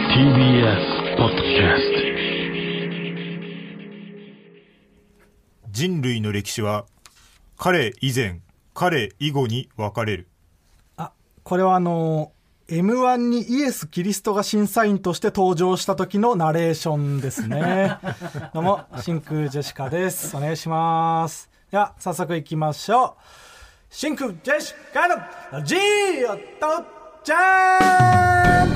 TBS ポッドキャス人類の歴史は彼以前彼以後に分かれるあ、これはあのー、M1 にイエス・キリストが審査員として登場した時のナレーションですね。どうも、真空ジェシカです。お願いします。では、早速行きましょう。真空ジェシカのラジオとちゃん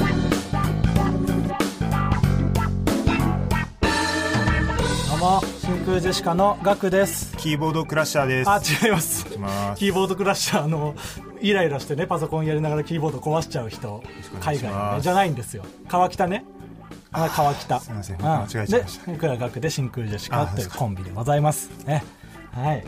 どうも、真空ジェシカのガクです。キーボードクラッシャーですあ、違います。いますキーボードクラッシャーのイライラしてねパソコンやりながらキーボード壊しちゃう人くお願い海します外のねじゃないんですよ川北ねあ川北すいません間違えちゃいましたで僕ら学で真空ジェシカあといそううかコンビでございますねはい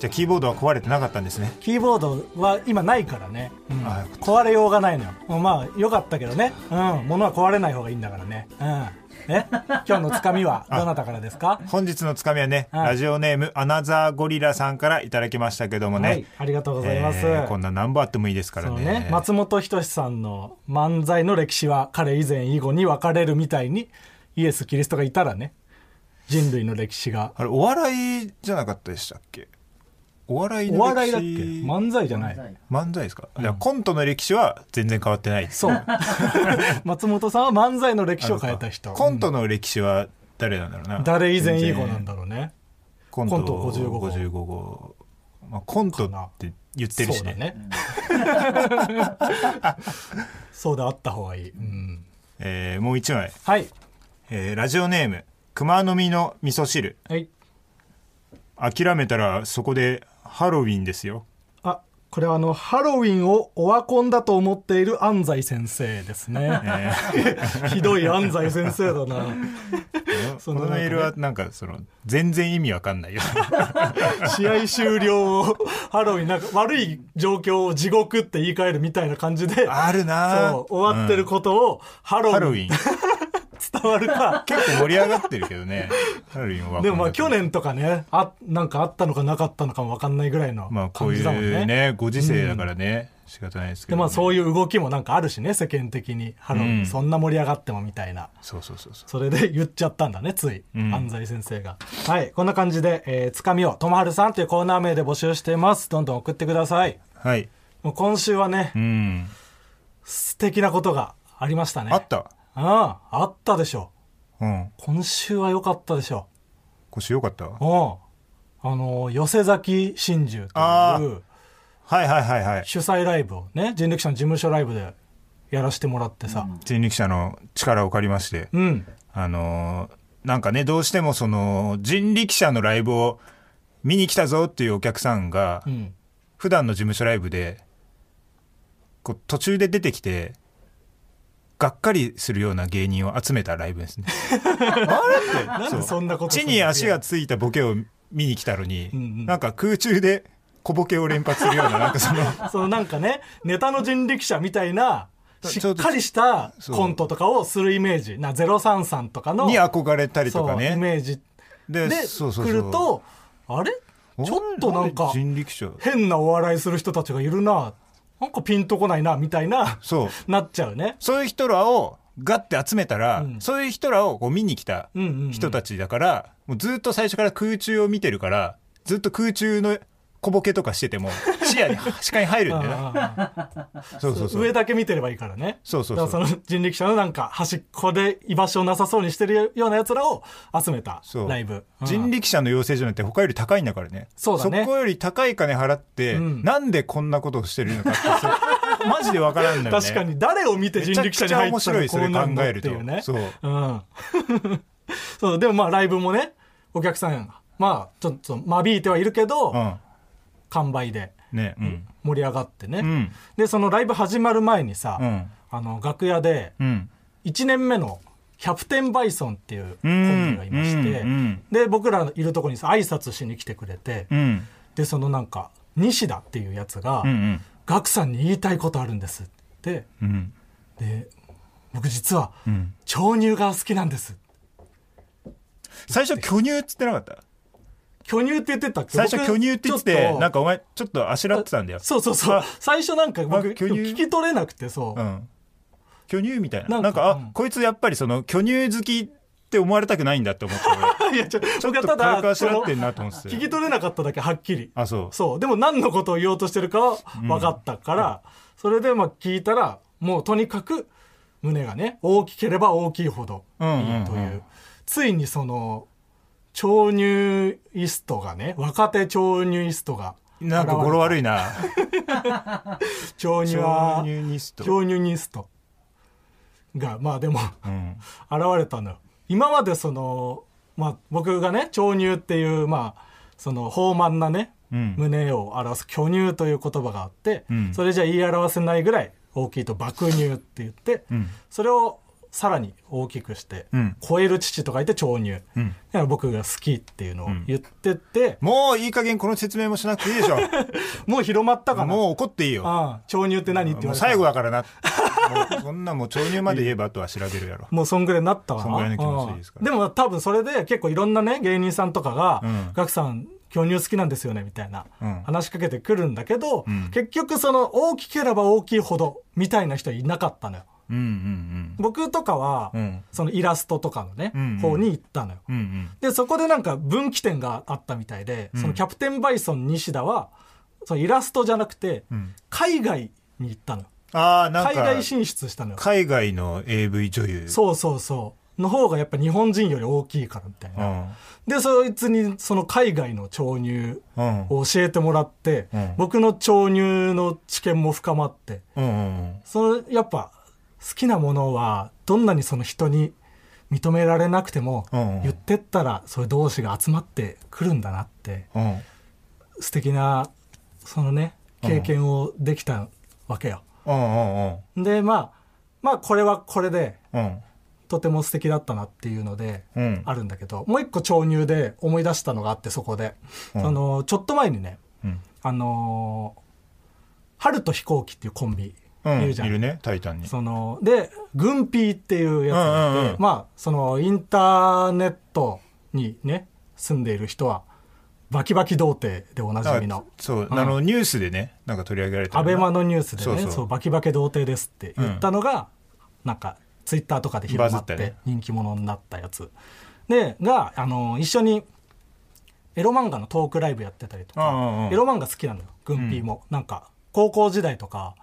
じゃあキーボードは壊れてなかったんですねキーボードは今ないからね、うんあ壊れようがないのよもうまあよかったけどねうん物は壊れない方がいいんだからねうんね今日のつかみはどなたからですか本日のつかみはね、はいラジオネームアナザーゴリラさんからいただきましたけどもね、はいありがとうございます、えーこんな何本あってもいいですからそうねね、松本人志さんの漫才の歴史は彼以前以後に分かれるみたいにイエス・キリストがいたらね人類の歴史があれお笑いじゃなかったでしたっけお笑いのお歴史笑いだっけ漫才じゃない漫才ですか、じゃあコントの歴史は全然変わってないですそう 松本さんは漫才の歴史を変えた人コントの歴史は誰なんだろうな、うん誰以前以後なんだろうねコントコント55号55号まあ、コントって言ってるそうしだねね そうだあった方がいい、うんえーもう一枚、はいえーラジオネーム熊の実の味噌汁はい諦めたらそこでハロウィンですよあこれはあのハロウィンをオワコンだと思っている安西先生ですね、 ひどい安西先生だなこ そののメールはなんかその全然意味わかん ないよ試合終了をハロウィンなんか悪い状況を地獄って言い換えるみたいな感じであるなそう終わってるうんことをハロウハロウィィンン伝わるか結構盛り上がってるけどねハロウィンはでもまあ去年とかねあなんかあったのかなかったのかも分かんないぐらいのまあこ感ういじだもんね,、うねご時世だからね、仕方ないですけど、でね、まあそういういう動きもなんかあるしね世間的にハロウィン、うんそんな盛り上がってもみたいなそうそうそうそうそれで言っちゃったんだね、つい。うん安西先生が。はい、こんな感じで、えーつかみを、ともはるさんというコーナー名で募集しています。どんどん送ってください。はいもう今週はねう、ん素敵なことがありましたね。あったうん、あったでしょ。うん今週は良かったでしょ。腰よかったうん。あのー、寄せ咲き真珠あというはいはいはいはい主催ライブをね、人力車の事務所ライブでやらせてもらってさ。人力車の力を借りまして、うん。あのーなんかねどうしてもその人力車のライブを見に来たぞっていうお客さんが、うん。普段の事務所ライブでこう途中で出てきてがっかりするような芸人を集めたライブ ですね。あれっなてんでそんなことする地に足がついたボケを見に来たのに、うんうんなんか空中で小ボケを連発するようななんかそ の そのなんかね、ネタの人力車みたいな、しちょっっとかりしたそうコントとかをするイメージ。な、033とかの、に憧れたりとかそうイね。メージででそうそう来そうると、あれあれちょっとなんか、人力車変なお笑いする人たちがいるな。なんかピンとこないな、みたいな、そうなっちゃうね。そういう人らをガッて集めたら、うんそういう人らをこう見に来たうんうんうん人たちだから、もうずっと最初から空中を見てるからずっと空中の小ボケとかして ても視野に視界に入るんだよねあそうそうーそう上だけ見てればいいからね。そうそうそうだからその人力車のなんか端っこで居場所なさそうにしてるような奴らを集めたそうライブ。うん人力車の養成所なんて他より高いんだからねそうだねこより高い金払って、うんなんでこんなことをしてるのかって そうマジでわからんだよね確かに誰を見て人力車に入ったらこうなんだっていうね。めちゃくちゃ面白いそれ考えるうん そうでもまあライブもねお客さんまあちょっと間引いてはいるけど、うん完売でねうん盛り上がってね、うんでそのライブ始まる前にさ、うんあの楽屋でうん1年目のキャプテンバイソンっていうコンビがいまして、うんうんで僕らいるとこにさ挨拶しに来てくれて、うんでそのなんか西田っていうやつが、うんうんガクさんに言いたいことあるんですってうんで僕実はうん巨乳が好きなんです最初巨乳っつってなかった巨乳って言ってたっけ最初巨乳って言ってなんかかお前ちょっとあしらってたんだよそうそうそう最初なんかあ僕巨乳聞き取れなくてそう、うん巨乳みたいなななんんかかあ、うんこいつやっぱりその巨乳好きって思われたくないんだって思って俺いやちょちょっ 僕とはた軽くだあそしらのってんなと思って聞てき取れなかっただけはっきりあそうそうでも何のことを言おうとしてるかは分かったから、それでまあ聞いたらもうとにかく胸がね大きければ大きいほどいうんうんういんという,、ついにその超乳イストがね若手超乳イストがなんか語呂悪いいな超乳は巨乳ニスト超乳イストがまあでも うん現れたのよ今までその、まあ、僕がね超乳っていうまあその豊満なねうん胸を表す巨乳という言葉があって、うんそれじゃ言い表せないぐらい大きいと爆乳って言って、うんそれをさらに大きくして、うん超える父と書いて超乳、だかうんら僕が好きっていうのを言ってて、もういい加減この説明もしなくていい でしょもう広まったかなもう怒っていいよああ超乳って何っても言わうれた最後だからなもうそんなもう超乳まで言えばあとは調べるや ろもうそんぐらいになったわなそんぐらいの気持ちいいですからうんも多分それで結構いろんなね芸人さんとかがうん「ガクさん巨乳好きなんですよね」みたいなうん話しかけてくるんだけど、うん結局その大きければ大きいほどみたいな人はいなかったのよ。うんうん僕とかは、うんうんそのイラストとかのね、うんうん方に行ったのよ。うんうんでそこでなんか分岐点があったみたいで、うんそのキャプテンバイソン西田はそのイラストじゃなくて、うん海外に行ったのよ。ああなんか海外進出したのよ。海外の AV 女優そうそうそう。の方がやっぱ日本人より大きいからみたいな。んで、そいつにその海外の潮入うんを教えてもらって、うん僕の潮入の知見も深まって、うんうんそのやっぱ好きなものはどんなにその人に認められなくても、うんうん言ってったらそういう同士が集まってくるんだなって、うん素敵なそのね、経験をできたわけよ。うんうんで、まあ、まあこれはこれで、うんとても素敵だったなっていうので、うんあるんだけど、もう一個潮入で思い出したのがあって、そこで。うんその、ちょっと前にね、うんあのー春と飛行機っていうコンビ、うんいるじゃん。いるねタイタンにその、で、軍ピーっていうやつがいて、うんうんうんまあ、その、インターネットにね、住んでいる人は、バキバキ童貞でおなじみなんのか、そううんあのニュースでねなんか取り上げられたアベマののニュースでね、そそううそうバキバキ童貞ですって言ったのが、なんか、ツイッターとかで広まっバズっててね人気者になったやつ。で、が、あの、一緒に、エロ漫画のトークライブやってたりとうんうんかう、んエロ漫画好きなのよ、軍ピーも。なんか、高校時代とか、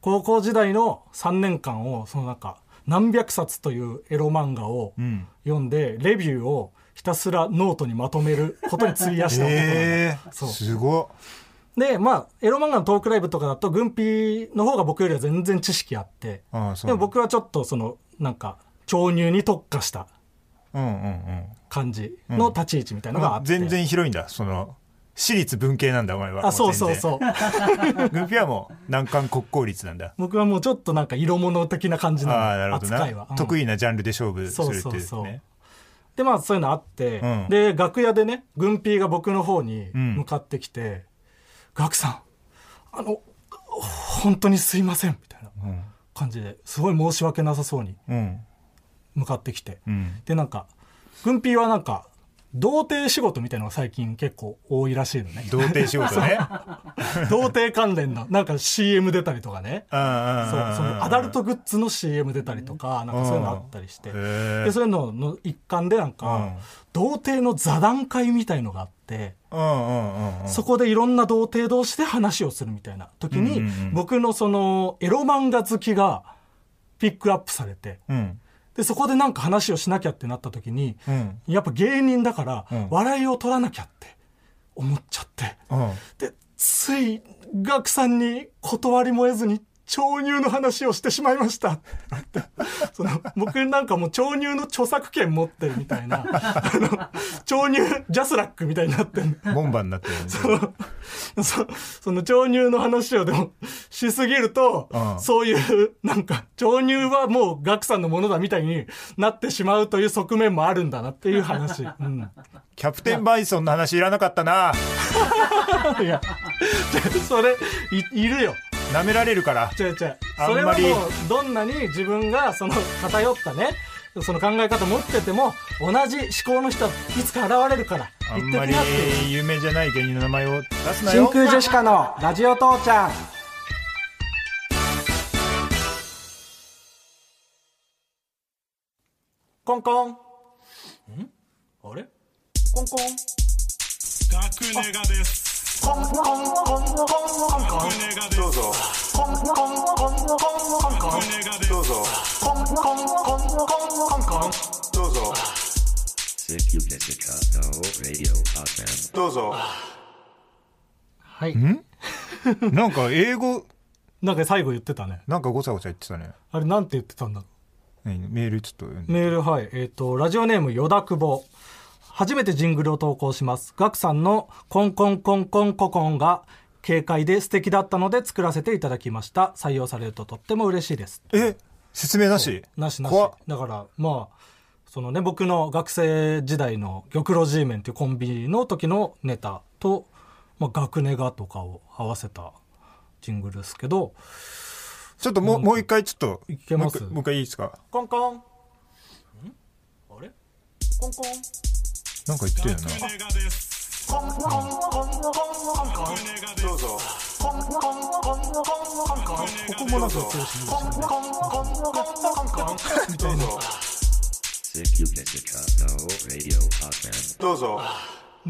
高校時代の3年間を、そのなんか、何百冊というエロ漫画をうん読んで、レビューをひたすらノートにまとめることに費やした男なのよええそうすごで、まあ、エロ漫画のトークライブとかだと、軍ピの方が僕よりは全然知識あって、ああそうでも僕はちょっとその、なんか、潮入に特化したうんうんうん感じの立ち位置みたいなのがあって。全然広いんだその私立文系なんだお前はあ、そうそううそう。グンピはもう難関国公立なんだ 僕はもうちょっとなんか色物的な感じああななるのほどな扱いは。得意。意なジャンルで勝負するっていうねそうそうそうで、まあそういうのあって、うんで、楽屋でね、軍ピが僕の方にうん向かってきて、ガクさん、あの、本当にすいません、みたいなうん感じで、すごい申し訳なさそうにうん向かってきて。うんでなんか軍ピーはなんか童貞仕事みたいなのが最近結構多いらしいのね童貞仕事ね童貞関連のなんか CM 出たりとかねあ そうあそのアダルトグッズの CM 出たりとかなんかそういうのあったりしてへでそういうのの一環でなんかうん童貞の座談会みたいのがあってうんうんうんうんそこでいろんな童貞同士で話をするみたいな時にうんうんうん僕のそのエロ漫画好きがピックアップされてうんでそこでなんか話をしなきゃってなった時にうんやっぱ芸人だから、うん笑いを取らなきゃって思っちゃって。うんで、つい、ガクさんに断りも得ずに、潮入の話をしてしまいました。 その僕なんかもう潮入の著作権持ってるみたいな、 あの、潮入ジャスラックみたいになってんの門番になってるよね そその潮入の話をでもしすぎると、うんそういうなんか潮入はもうガクさんのものだみたいになってしまうという側面もあるんだなってい う話。うん キャプテンバイソンの話いらなかったないや、じゃそれい、いるよ。舐められるから違う違う。そあんれはまりもう、どんなに自分が、その、偏ったね、その考え方持ってても、同じ思考の人はいつか現れるから、あん言まってりきなっていう。有名じゃない芸人の名前を出すな真よ空ジェシカのラジオ父ちゃん。コンコンんあれコンコンはいんなんか英語なんか最後言ってたねなんかごちゃごちゃ言ってたねあれなんて言ってたんだろう何メールちょっと読んでメールはい。えっ、と、ラジオネーム、よだくぼ。初めてジングルを投稿します。ガクさんのコンコンコンコンココンが軽快で素敵だったので作らせていただきました。採用されるととっても嬉しいです。え説明なしなしなし怖っ。だから、まあ、そのね、僕の学生時代の玉露 G メンっていうコンビの時のネタと、まあ、学ネガとかを合わせたジングルですけど、ちょっともうもう一回ちょっといけますもう一回もう一回いいですかコンコンんあれコンコンなんか言ってるよなここもなんか強しですよね。みたいな。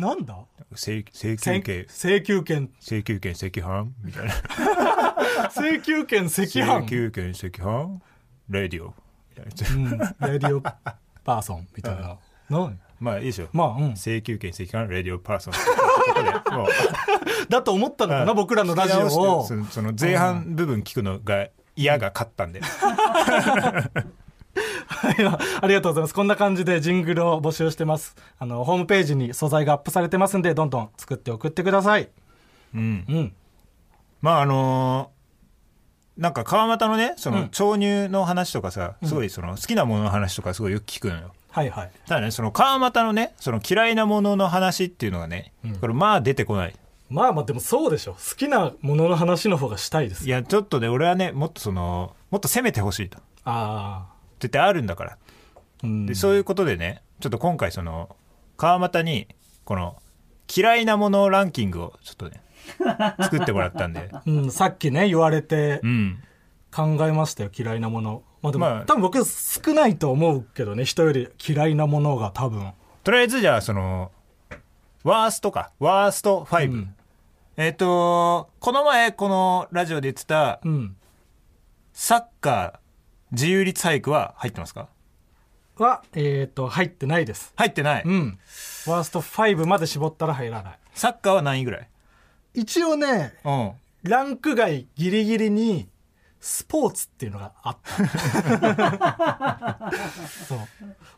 なんだ請請求請権請求権。請求権赤飯みたいな請求権赤請飯。求権赤飯レディオみたいなうん。レディオパーソンみたいな。なんまあいいでしょまあ、うん。請求権赤飯レディオパーソンということでもうだと思ったのか な、僕らのラジ聞きオ直をして。そその前半部分聞くのが嫌が勝ったんで、はいありがとうございます。こんな感じでジングルを募集してます。あの、ホームページに素材がアップされてますんで、どんどん作って送ってください。うんうん。まああのーなんか川又のねそうんの潮入の話とかさ、すごいその好きなものの話とかすごいよく聞くのよはいはい。ただねその川又のねその嫌いなものの話っていうのがね、これまあ出てこないまあまあ、でもそうでしょ。好きなものの話の方がしたいですい。やちょっとね俺はねもっとそのもっと攻めてほしいとあ絶対あるんだからあ。うんでそういうことでねちょっと今回その川又にこの嫌いなものランキングをちょっと ね作ってもらったんでうん、さっきね、言われてうん考えましたよ、嫌いなもの。まあでも、まあ多分僕少ないと思うけどね、人より嫌いなものが多分。とりあえずじゃあそのワーストかワースト5、うんえっ、とこの前このラジオで言ってたうん。サッカー自由率俳句は入ってますかは、えっ、と、入ってないです。入ってない、うん。ワースト5まで絞ったら入らない。サッカーは何位ぐらい一応ね、うんランク外ギリギリにスポーツっていうのがあった。 そう。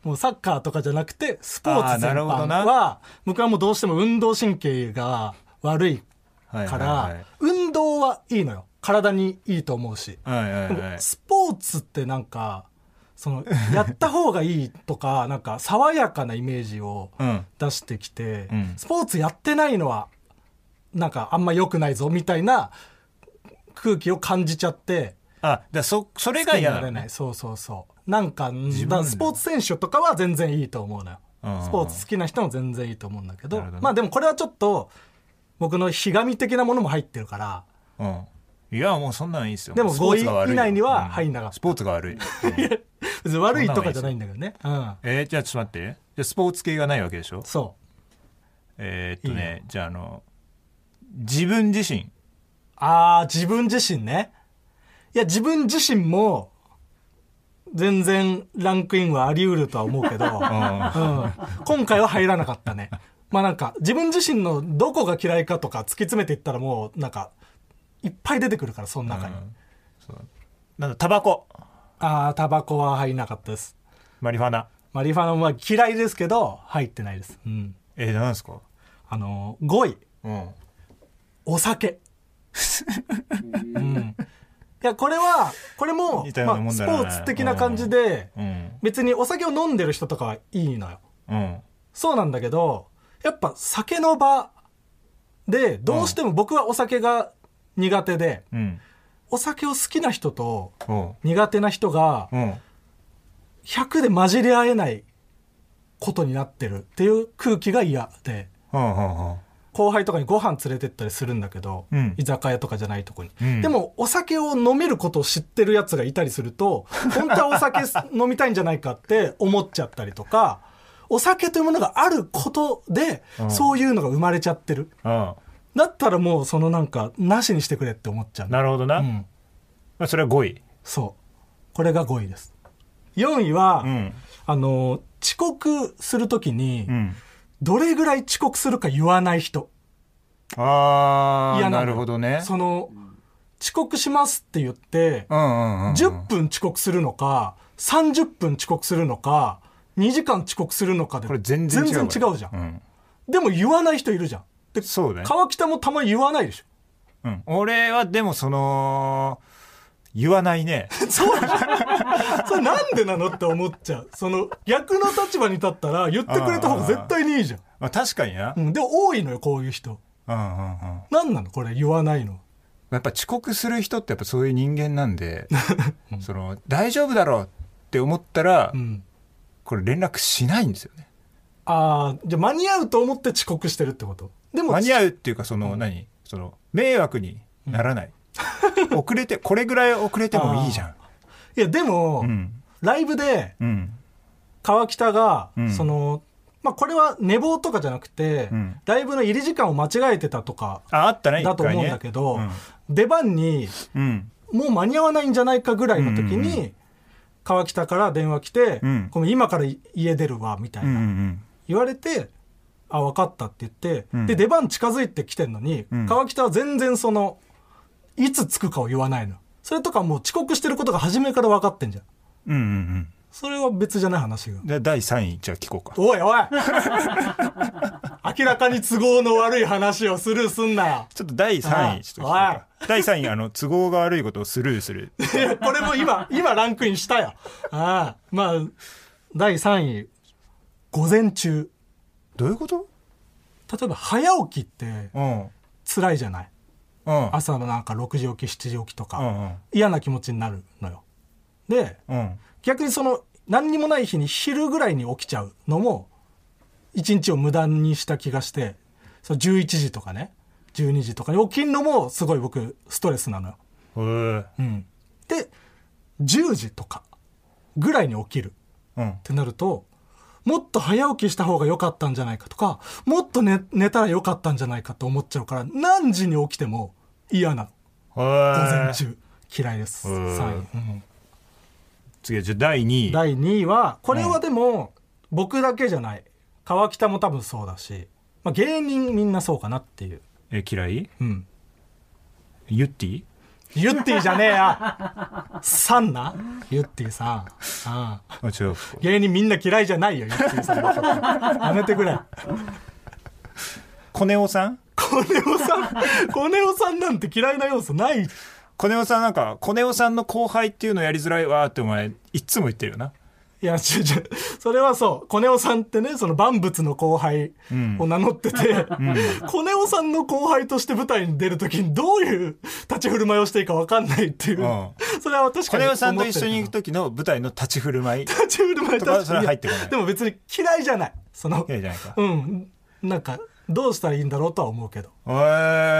もうサッカーとかじゃなくて、スポーあーツ全なる般ほどなは、僕はもうどうしても運動神経が悪いはいから、はい運動はいいのよ。体にいいと思うし。はいはいはいではもいスポーツってなんか、その、やった方がいいとか、 なんか爽やかなイメージをうん出してきて、うんスポーツやってないのはなんかあんま良くないぞみたいな空気を感じちゃってあだからそそれが嫌な好きのにれねないそうそうそうなんか分だでスポーツ選手とかは全然いいと思うのようんスポーツ好きな人も全然いいと思うんだけどなるほどねまあでもこれはちょっと僕のひがみ的なものも入ってるからうんいやもうそんなんいいですよでもスポーツが悪い5位以内には入んなかったスポーツが悪い、うん別に悪いとかじゃないんだけどねうんえーじゃあちょっと待ってじゃあスポーツ系がないわけでしょそうえーっとねじゃああの自分自身ああ自分自身ねいや自分自身も全然ランクインはあり得るとは思うけど、うんうん今回は入らなかったね。まあなんか、自分自身のどこが嫌いかとか突き詰めていったらもう、なんか、いっぱい出てくるから、その中に。なんだタバコああ、タバコは入らなかったです。マリファナマリファナは嫌いですけど、入ってないです。うん。えー、なんですかあのー、5位、うんお酒。うん。いや、これは、これも、似たようなもんスだポなーツ的な感じで、うん別にお酒を飲んでる人とかはいいのよ。うんそうなんだけど、やっぱ酒の場で、どうしても僕はお酒が苦手で、うんお酒を好きな人とうん苦手な人が、うん100で混じり合えないことになってるっていう空気が嫌で、うんうん後輩とかにご飯連れてったりするんだけど、うん居酒屋とかじゃないとこに、うんでもお酒を飲めることを知ってるやつがいたりす ると本当はお酒飲みたいんじゃないかって思っちゃったりとかお酒というものがあることで、うんそういうのが生まれちゃってるあだったらもうそのなんかなしにしてくれって思っちゃうなるほどな、うん、まあ、それは5位そうこれが5位です4位は、うんあの遅刻するときに、うんどれぐらい遅刻するか言わない人あ嫌あなのなるほどねその遅刻しますって言って、うんうんうん10分遅刻するのか30分遅刻するのか2時間遅刻するのかでこれ全然違うから全じゃん、うんでも言わない人いるじゃんでそうだね、川北もたまに言わないで しょうん、俺はでもその言わない ねそうでしょそれなんでなのって思っちゃうその逆の立場に立ったら言ってくれた方が絶対にいいじゃん、まあ確かにな、うん、でも多いのよこういう人うんうんうん、何なのこれ言わないのやっぱ遅刻する人ってやっぱそういう人間なん で、その大丈夫だろうって思ったら、うんこれ連絡しないんですよねああじゃあ間に合うと思って遅刻してるってことでも間に合うっていうかその、何その迷惑になら ない、遅れてこれぐらい遅れてもいいじゃんいやでも、うんライブでうん川北が、うんそのまあこれは寝坊とかじゃなくて、うんライブの入り時間を間違えてたとかああったねだと思うんだけど、出番にうん、うんもう間に合わないんじゃないかぐらいの時うんうんうに、川北から電話来て、うんこの今から家出るわみたいうんうな、んうん言われてあ分かったって言って、うんで出番近づいてきてんのに、うん川北は全然そのいつ着くかを言わないのそれとかもう遅刻してることが初めから分かってんじゃんうんうんそれは別じゃない話がうんで第3位じゃあ聞こうかおいお い明らかに都合の悪い話をスルーすんなよ ちょっと第ああ3位ちょっと聞こうか第3位あの都合が悪いことをスルーするいやこれも今今ランクインしたよああまあ第3位午前中 どういうこと例えば早起きってうんうん辛いじゃないうん朝のなんか6時起き7時起きとか、うん嫌な気持ちになるのよでうん逆にその何にもない日に昼ぐらいに起きちゃうのも一日を無駄にした気がしてその11時とかね12時とかに起きるのもすごい僕ストレスなのよ、うんうん、で10時とかぐらいに起きるうんってなるともっと早起きした方が良かったんじゃないかとかもっと寝寝たら良かったんじゃないかと思っちゃうから何時に起きても嫌なの午午前中嫌いですへー3位、うん次はじゃあ第2位第2位はこれはでも僕だけじゃない川北も多分そうだし、まあ、芸人みんなそうかなっていうえ嫌いうんユッティユッティじゃねえやサンナユッティさん、うん、あ違う芸人みんな嫌いじゃないよユッティさんのことやめてくれコネオさんコネオさんコネオさんなんて嫌いな要素ないコネオさんなんかコネオさんの後輩っていうのやりづらいわーってお前いっつも言ってるよないや、ちょ、ちょ、それはそう。コネオさんってね、その万物の後輩を名乗ってて、コネオさんの後輩として舞台に出るときにどういう立ち振る舞いをしていいか分かんないっていうう。んそれは確かコにネオ思ってるさんと一緒に行く時の舞台の立ち振る 舞い立ち振る舞いと確かかはそれは入ってこないでも別に嫌いじゃない。その、嫌いじゃないかうん。なんか、どうしたらいいんだろうとは思うけど。え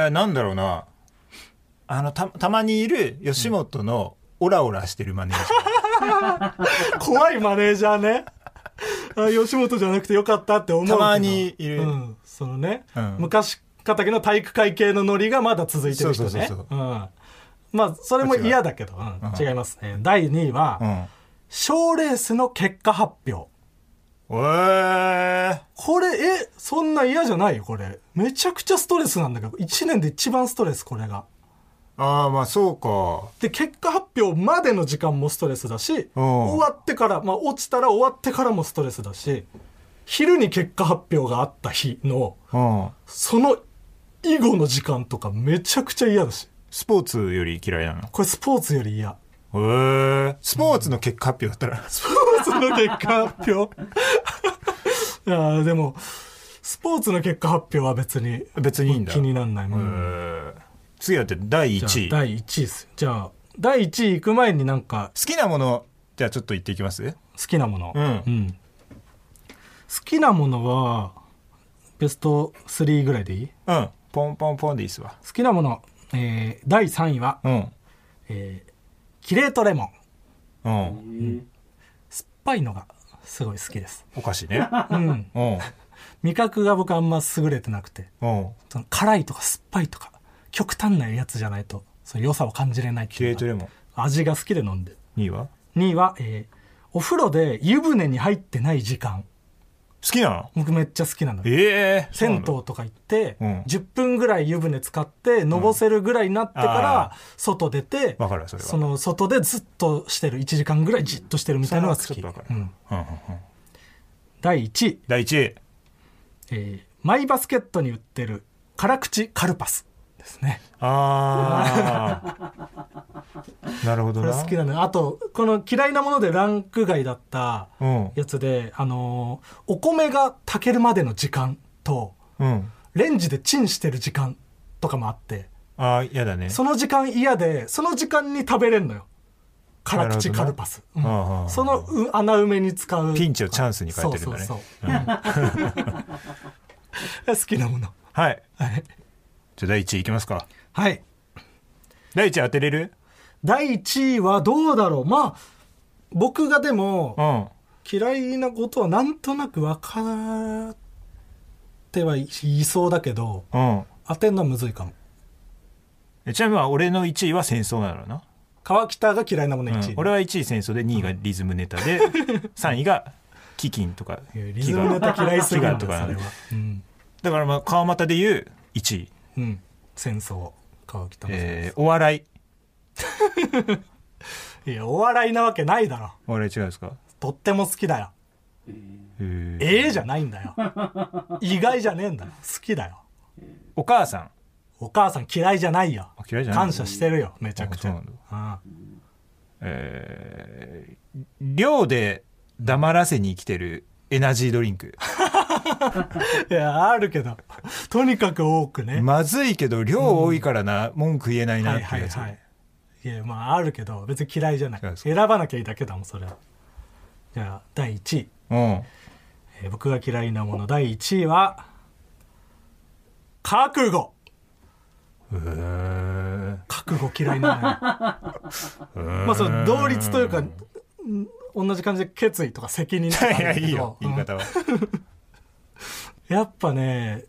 ー、なんだろうなあのたたまにいる吉本のオラオラしてるマネージ怖いマネージャーね。あ吉本じゃなくてよかったって思うけど。たまにいるうん。そのね、うん昔かたけの体育会系のノリがまだ続いてる人ね。そうそうそうそん。まあ、それも嫌だけど、うん違いますね。第2位は、ャー賞、レースの結果発表。うんえこれ、え、そんな嫌じゃないよ、これ。めちゃくちゃストレスなんだけど、1年で一番ストレス、これが。ー、ああまあそうかで、結果発表までの時間もストレスだし、うん終わってから、まあ、落ちたら終わってからもストレスだし、昼に結果発表があった日の、うんその以後の時間とかめちゃくちゃ嫌だし、スポーツより嫌いなのこれスポーツより嫌。えー、スポーツの結果発表だったらスポーツの結果発表 いやーでも、スポーツの結果発表は別に別にいいんだ気になんないも。うんん次だって第じゃあ1位好第1位です。じゃあ、第1位行く前になんかきなものじゃあちょっと言っていきます好きなもの、うん好きなものはベスト3ぐらいでいいうんポンポンポンでいいっすわ好きなもの、えー第3位は、うんえーキレートレモンうん酸っぱいのがすごい好きです、お菓子ね うん、うん味覚が僕あんま優れてなくて うんその辛いとか酸っぱいとか極端なやつじゃないとその良さを感じれないってキいレうーかトレモン味が好きで飲んで2位は好2位は、えーお風呂で湯船に入ってない時間きなの僕めっちゃ好きなのええー、銭湯とか行って、うん10分ぐらい湯船使ってのぼせるぐらいになってから外出て、わかるわそれはその外でずっとしてる1時間ぐらいじっとしてるみたいなのが好そき、れはちょっとわかるうんうんうんうん第1位、第1位えーマイバスケットに売ってる辛口カルパスですねあ あなるほどこれな好きなのよあとこの嫌いなものでランク外だったうんやつで、あのーお米が炊けるまでの時間とうんレンジでチンしてる時間とかもあってああやだねその時間嫌でその時間に食べれんのよ辛口カルパス、なるほどねあうんあああそのう穴埋めに使うピンチをチャンスに変えてるんだねそうそううんそう 好きなものはいはいじゃあ第1位いきますかはい第1位当てれる第1位はどうだろうまあ僕がでもうん嫌いなことはなんとなく分かってはいそうだけどうん当てんのはむずいかもえちなみにまあ俺の1位は戦争なのな、川北が嫌いなものうん1位、俺は1位戦争で2位がリズムネタ で、3位が飢饉とかいやリズムネタ嫌いすぎるんだよそれは、うんだからまあ川又で言う1位、うん、戦争川北の戦争、えーお笑いいやお笑いなわけないだろお笑い違うんですかとっても好きだよえーええじゃないんだよ意外じゃねえんだよ好きだよお母さんお母さん嫌いじゃないよあ嫌いじゃない感謝してるよめちゃくちゃあそうなんあえー寮で黙らせに生きてるエナジードリンクいやあるけどとにかく多くね、まずいけど量多いからな、文句言えないなっはいてはいういやつ、はいいやまああるけど別に嫌いじゃないそうです選ばなきゃいいだけだもんそれはじゃあ第1位、えー僕が嫌いなもの第1位は覚悟うんへ覚悟嫌いなのよえうんまあその同率というか、うん同じ感じで決意とか責任とかあるいんだやけいどいよ言い方 は、うんやっぱね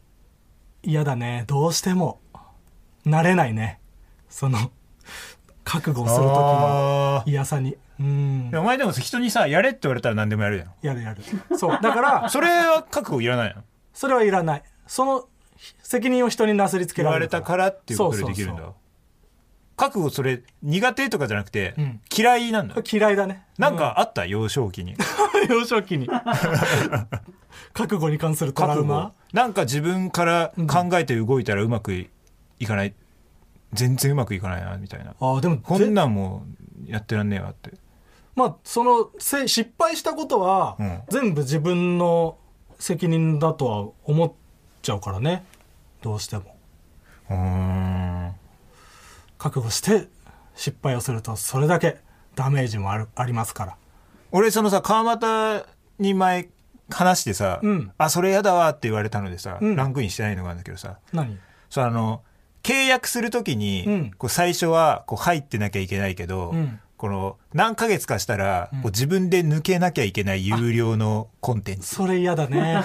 嫌だねどうしても慣れないねその覚悟をする時のあー嫌さにうんいやお前でも人にさやれって言われたら何でもやるやんやるやるそうだからそれは覚悟いらないのそれはいらないその責任を人になすりつけ言らわれれるたからっていうことでできるんだそうそう覚悟それ苦手とかじゃなくて、うん嫌いなんだそう嫌いだねなんかあった幼少期にうん幼少期に 覚悟に関するトラウマなんか自分から考えて動いたらうまくいかない、全然うまくいかないなみたいなああでもこんなんもうやってらんねえわってまあそのせ失敗したことは、うん全部自分の責任だとは思っちゃうからねどうしてもうーん覚悟して失敗をするとそれだけダメージもあるありますから俺そのさ川又に前話してさ「うんあそれやだわ」って言われたのでさ、うんランクインしてないのがあるんだけどさ何そうあの契約するときに、うんこう最初はこう入ってなきゃいけないけど、うんこの何ヶ月かしたら、んこう自分で抜けなきゃいけない有料のコンテンツ。それ嫌だね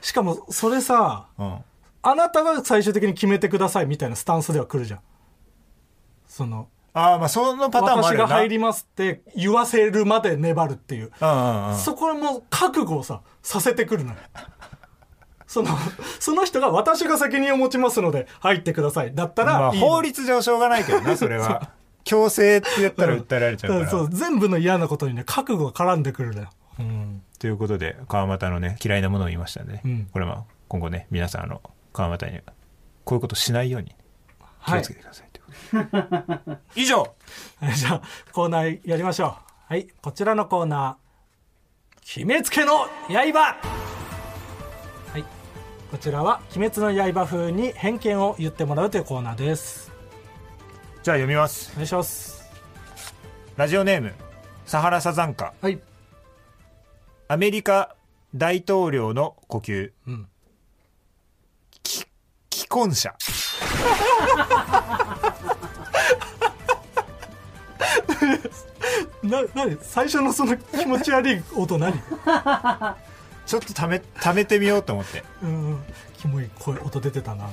しかもそれさうん、あなたが最終的に決めてくださいみたいなスタンスでは来るじゃんそのああまあそのパターンもあ私るよがな。入りますって言わせるまで粘るっていううんうんうんそこも覚悟をささせてくるのよそのその人が私が責任を持ちますので入ってくださいだったらいいまの、あ、法律上しょうがないけど なそれは強制って言ったら訴えられちゃうから。だそう全部の嫌なことにね覚悟が絡んでくるのよ、うん、ということで川俣のね嫌いなものを言いましたんでね、うんこれは今後ね皆さんあの川俣にこういうことしないように気はをいつけてください、ということで 以上じゃあコーナーやりましょうはいこちらのコーナー「決めつけの刃」はいこちらは「鬼滅の刃」風に偏見を言ってもらうというコーナーですじゃあ読みます。お願いしますラジオネームサハラサザンカはいアメリカ大統領の呼吸うんき既婚者な、なに最初のその気持ち悪い音何ちょっとためためてみようと思って、うんうん。キモい声、音出てたな。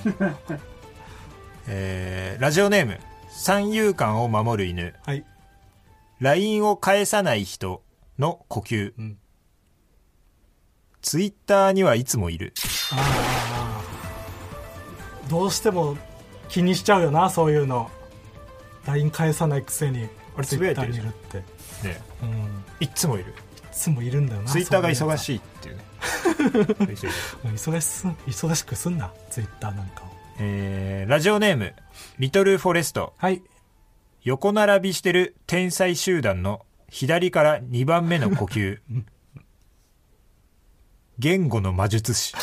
えーラジオネーム三遊間を守る犬はい。 LINE を返さない人の呼吸、うんツイッターにはいつもいるあーどうしても気にしちゃうよな、そういうの。LINE 返さないくせに、あれ Twitter つぶやいてるにじいゃんるって。ねうん。いつもいるいつもいるんだよな。ツイッターがそうい忙うやつしいっていうねもう忙しすん忙しくすんなツイッターなんかを えーラジオネームリトルフォレストはい横並びしてる天才集団の左から2番目の呼吸言語の魔術師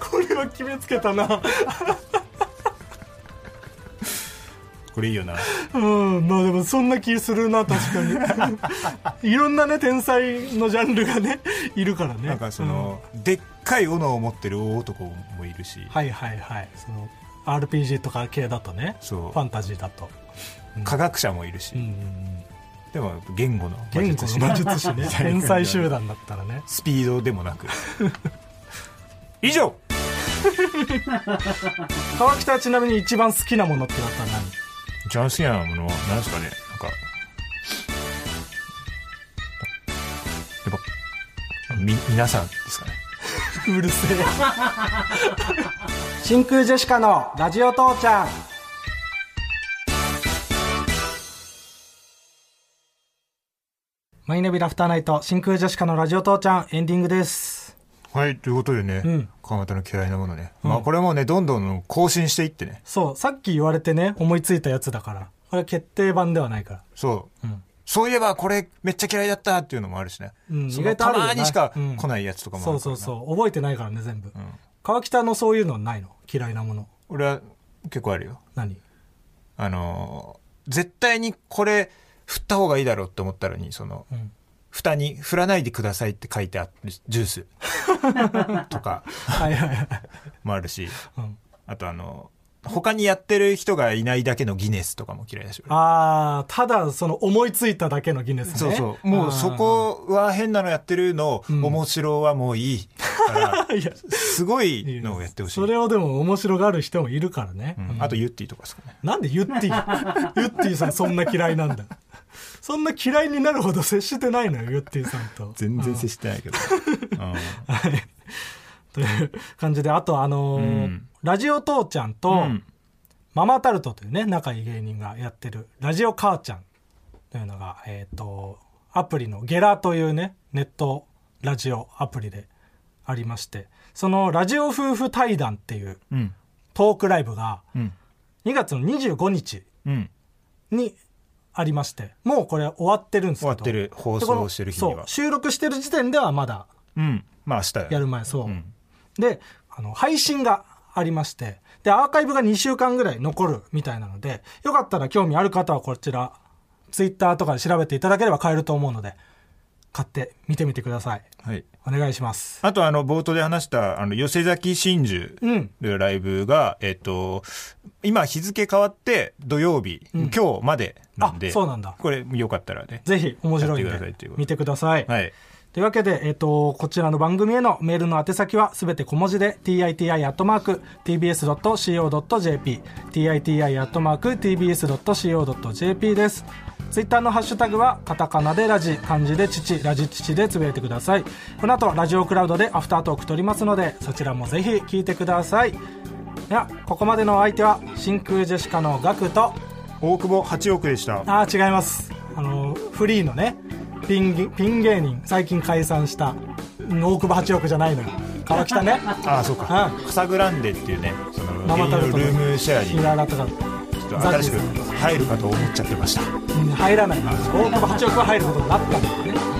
これは決めつけたなこれいいよなうんまあでもそんな気するな確かに いろんなね天才のジャンルがねいるからねなんかそ、の、でっかい斧を持ってる大男もいるし、うんはいはいはいその RPG とか系だとねそうファンタジーだと、科学者もいるし、うんうんうん、でも言語の魔言語術師の魔術師 ね 天才集団だったらねスピードでも なく以上川北はちなみに一番好きなものってだったら何一番好きなものは何ですかねなんかやっぱみ皆さんですかねうるせえ 真空ジェシカのラジオ父ちゃんマイナビラフターナイト真空ジェシカのラジオ父ちゃんエンディングですはいということでね、うん川端の嫌いなものね、まあこれもねどんどん更新していってねそうさっき言われてね思いついたやつだからこれ決定版ではないからそう、うんそういえばこれめっちゃ嫌いだったっていうのもあるしね、うんそ意の外とあるよたねまにしか来ないやつとかもあるそうからなそうそう覚えてないからね全部、川北のそういうのないの嫌いなもの俺は結構あるよ何あのー絶対にこれ振った方がいいだろうって思ったのにその、うん蓋に振らないでくださいって書いてあるジュース とかはいはいはい、もあるしうん、あとあの他にやってる人がいないだけのギネスとかも嫌いだし俺ああただその思いついただけのギネスねそうそうもうそこは変なのやってるの、ん面白はもういい からいやすごいのをやってほしいそれをでも面白がる人もいるからね、うんあとユッティとかですかねなんでユッティユッティさんそんな嫌いなんだそんな嫌いになるほど接してないのよユッティさんと全然接してないけど、うんはいという感じであとあのーうんラジオ父ちゃんと、うんママタルトというね仲いい芸人がやってるラジオ母ちゃんというのがえっ、とアプリのゲラというねネットラジオアプリでありましてそのラジオ夫婦対談っていううんトークライブがうん2月の25日うんにありましてもうこれ終わってるんですけ終どわってる放送してる日にでこはのそう収録してる時点ではまだうんまあ明日ややる前そう、んであの配信がありましてでアーカイブが2週間ぐらい残るみたいなのでよかったら興味ある方はこちらツイッターとかで調べていただければ買えると思うので買って見てみてくださいはいお願いしますあとあの冒頭で話したあの寄せ崎真珠うんというライブが、えっと今日付変わって土曜日、今日までなんであそうなんだこれよかったらねぜひ面白いんやってくださいということでで見てください、はいというわけで、えっとこちらの番組へのメールの宛先はすべて小文字で titi.tbs.co.jp titi.tbs.co.jp ですツイッターのハッシュタグはカタカナでラジ漢字で父ラジ父でつぶやいてくださいこの後ラジオクラウドでアフタートーク撮りますのでそちらもぜひ聞いてくださいではここまでのお相手は真空ジェシカのガクと大久保八億でしたああ違いますあのフリーのねピン芸ピン芸人最近解散したうん大久保八億じゃないのよ川北ね ああそうかうカサグランデっていうねそのママタルト芸人のルームシェアにヒララとかちょっと新しく入るかと思っちゃってましたうん入らない大久保八億は入ることになったんだよね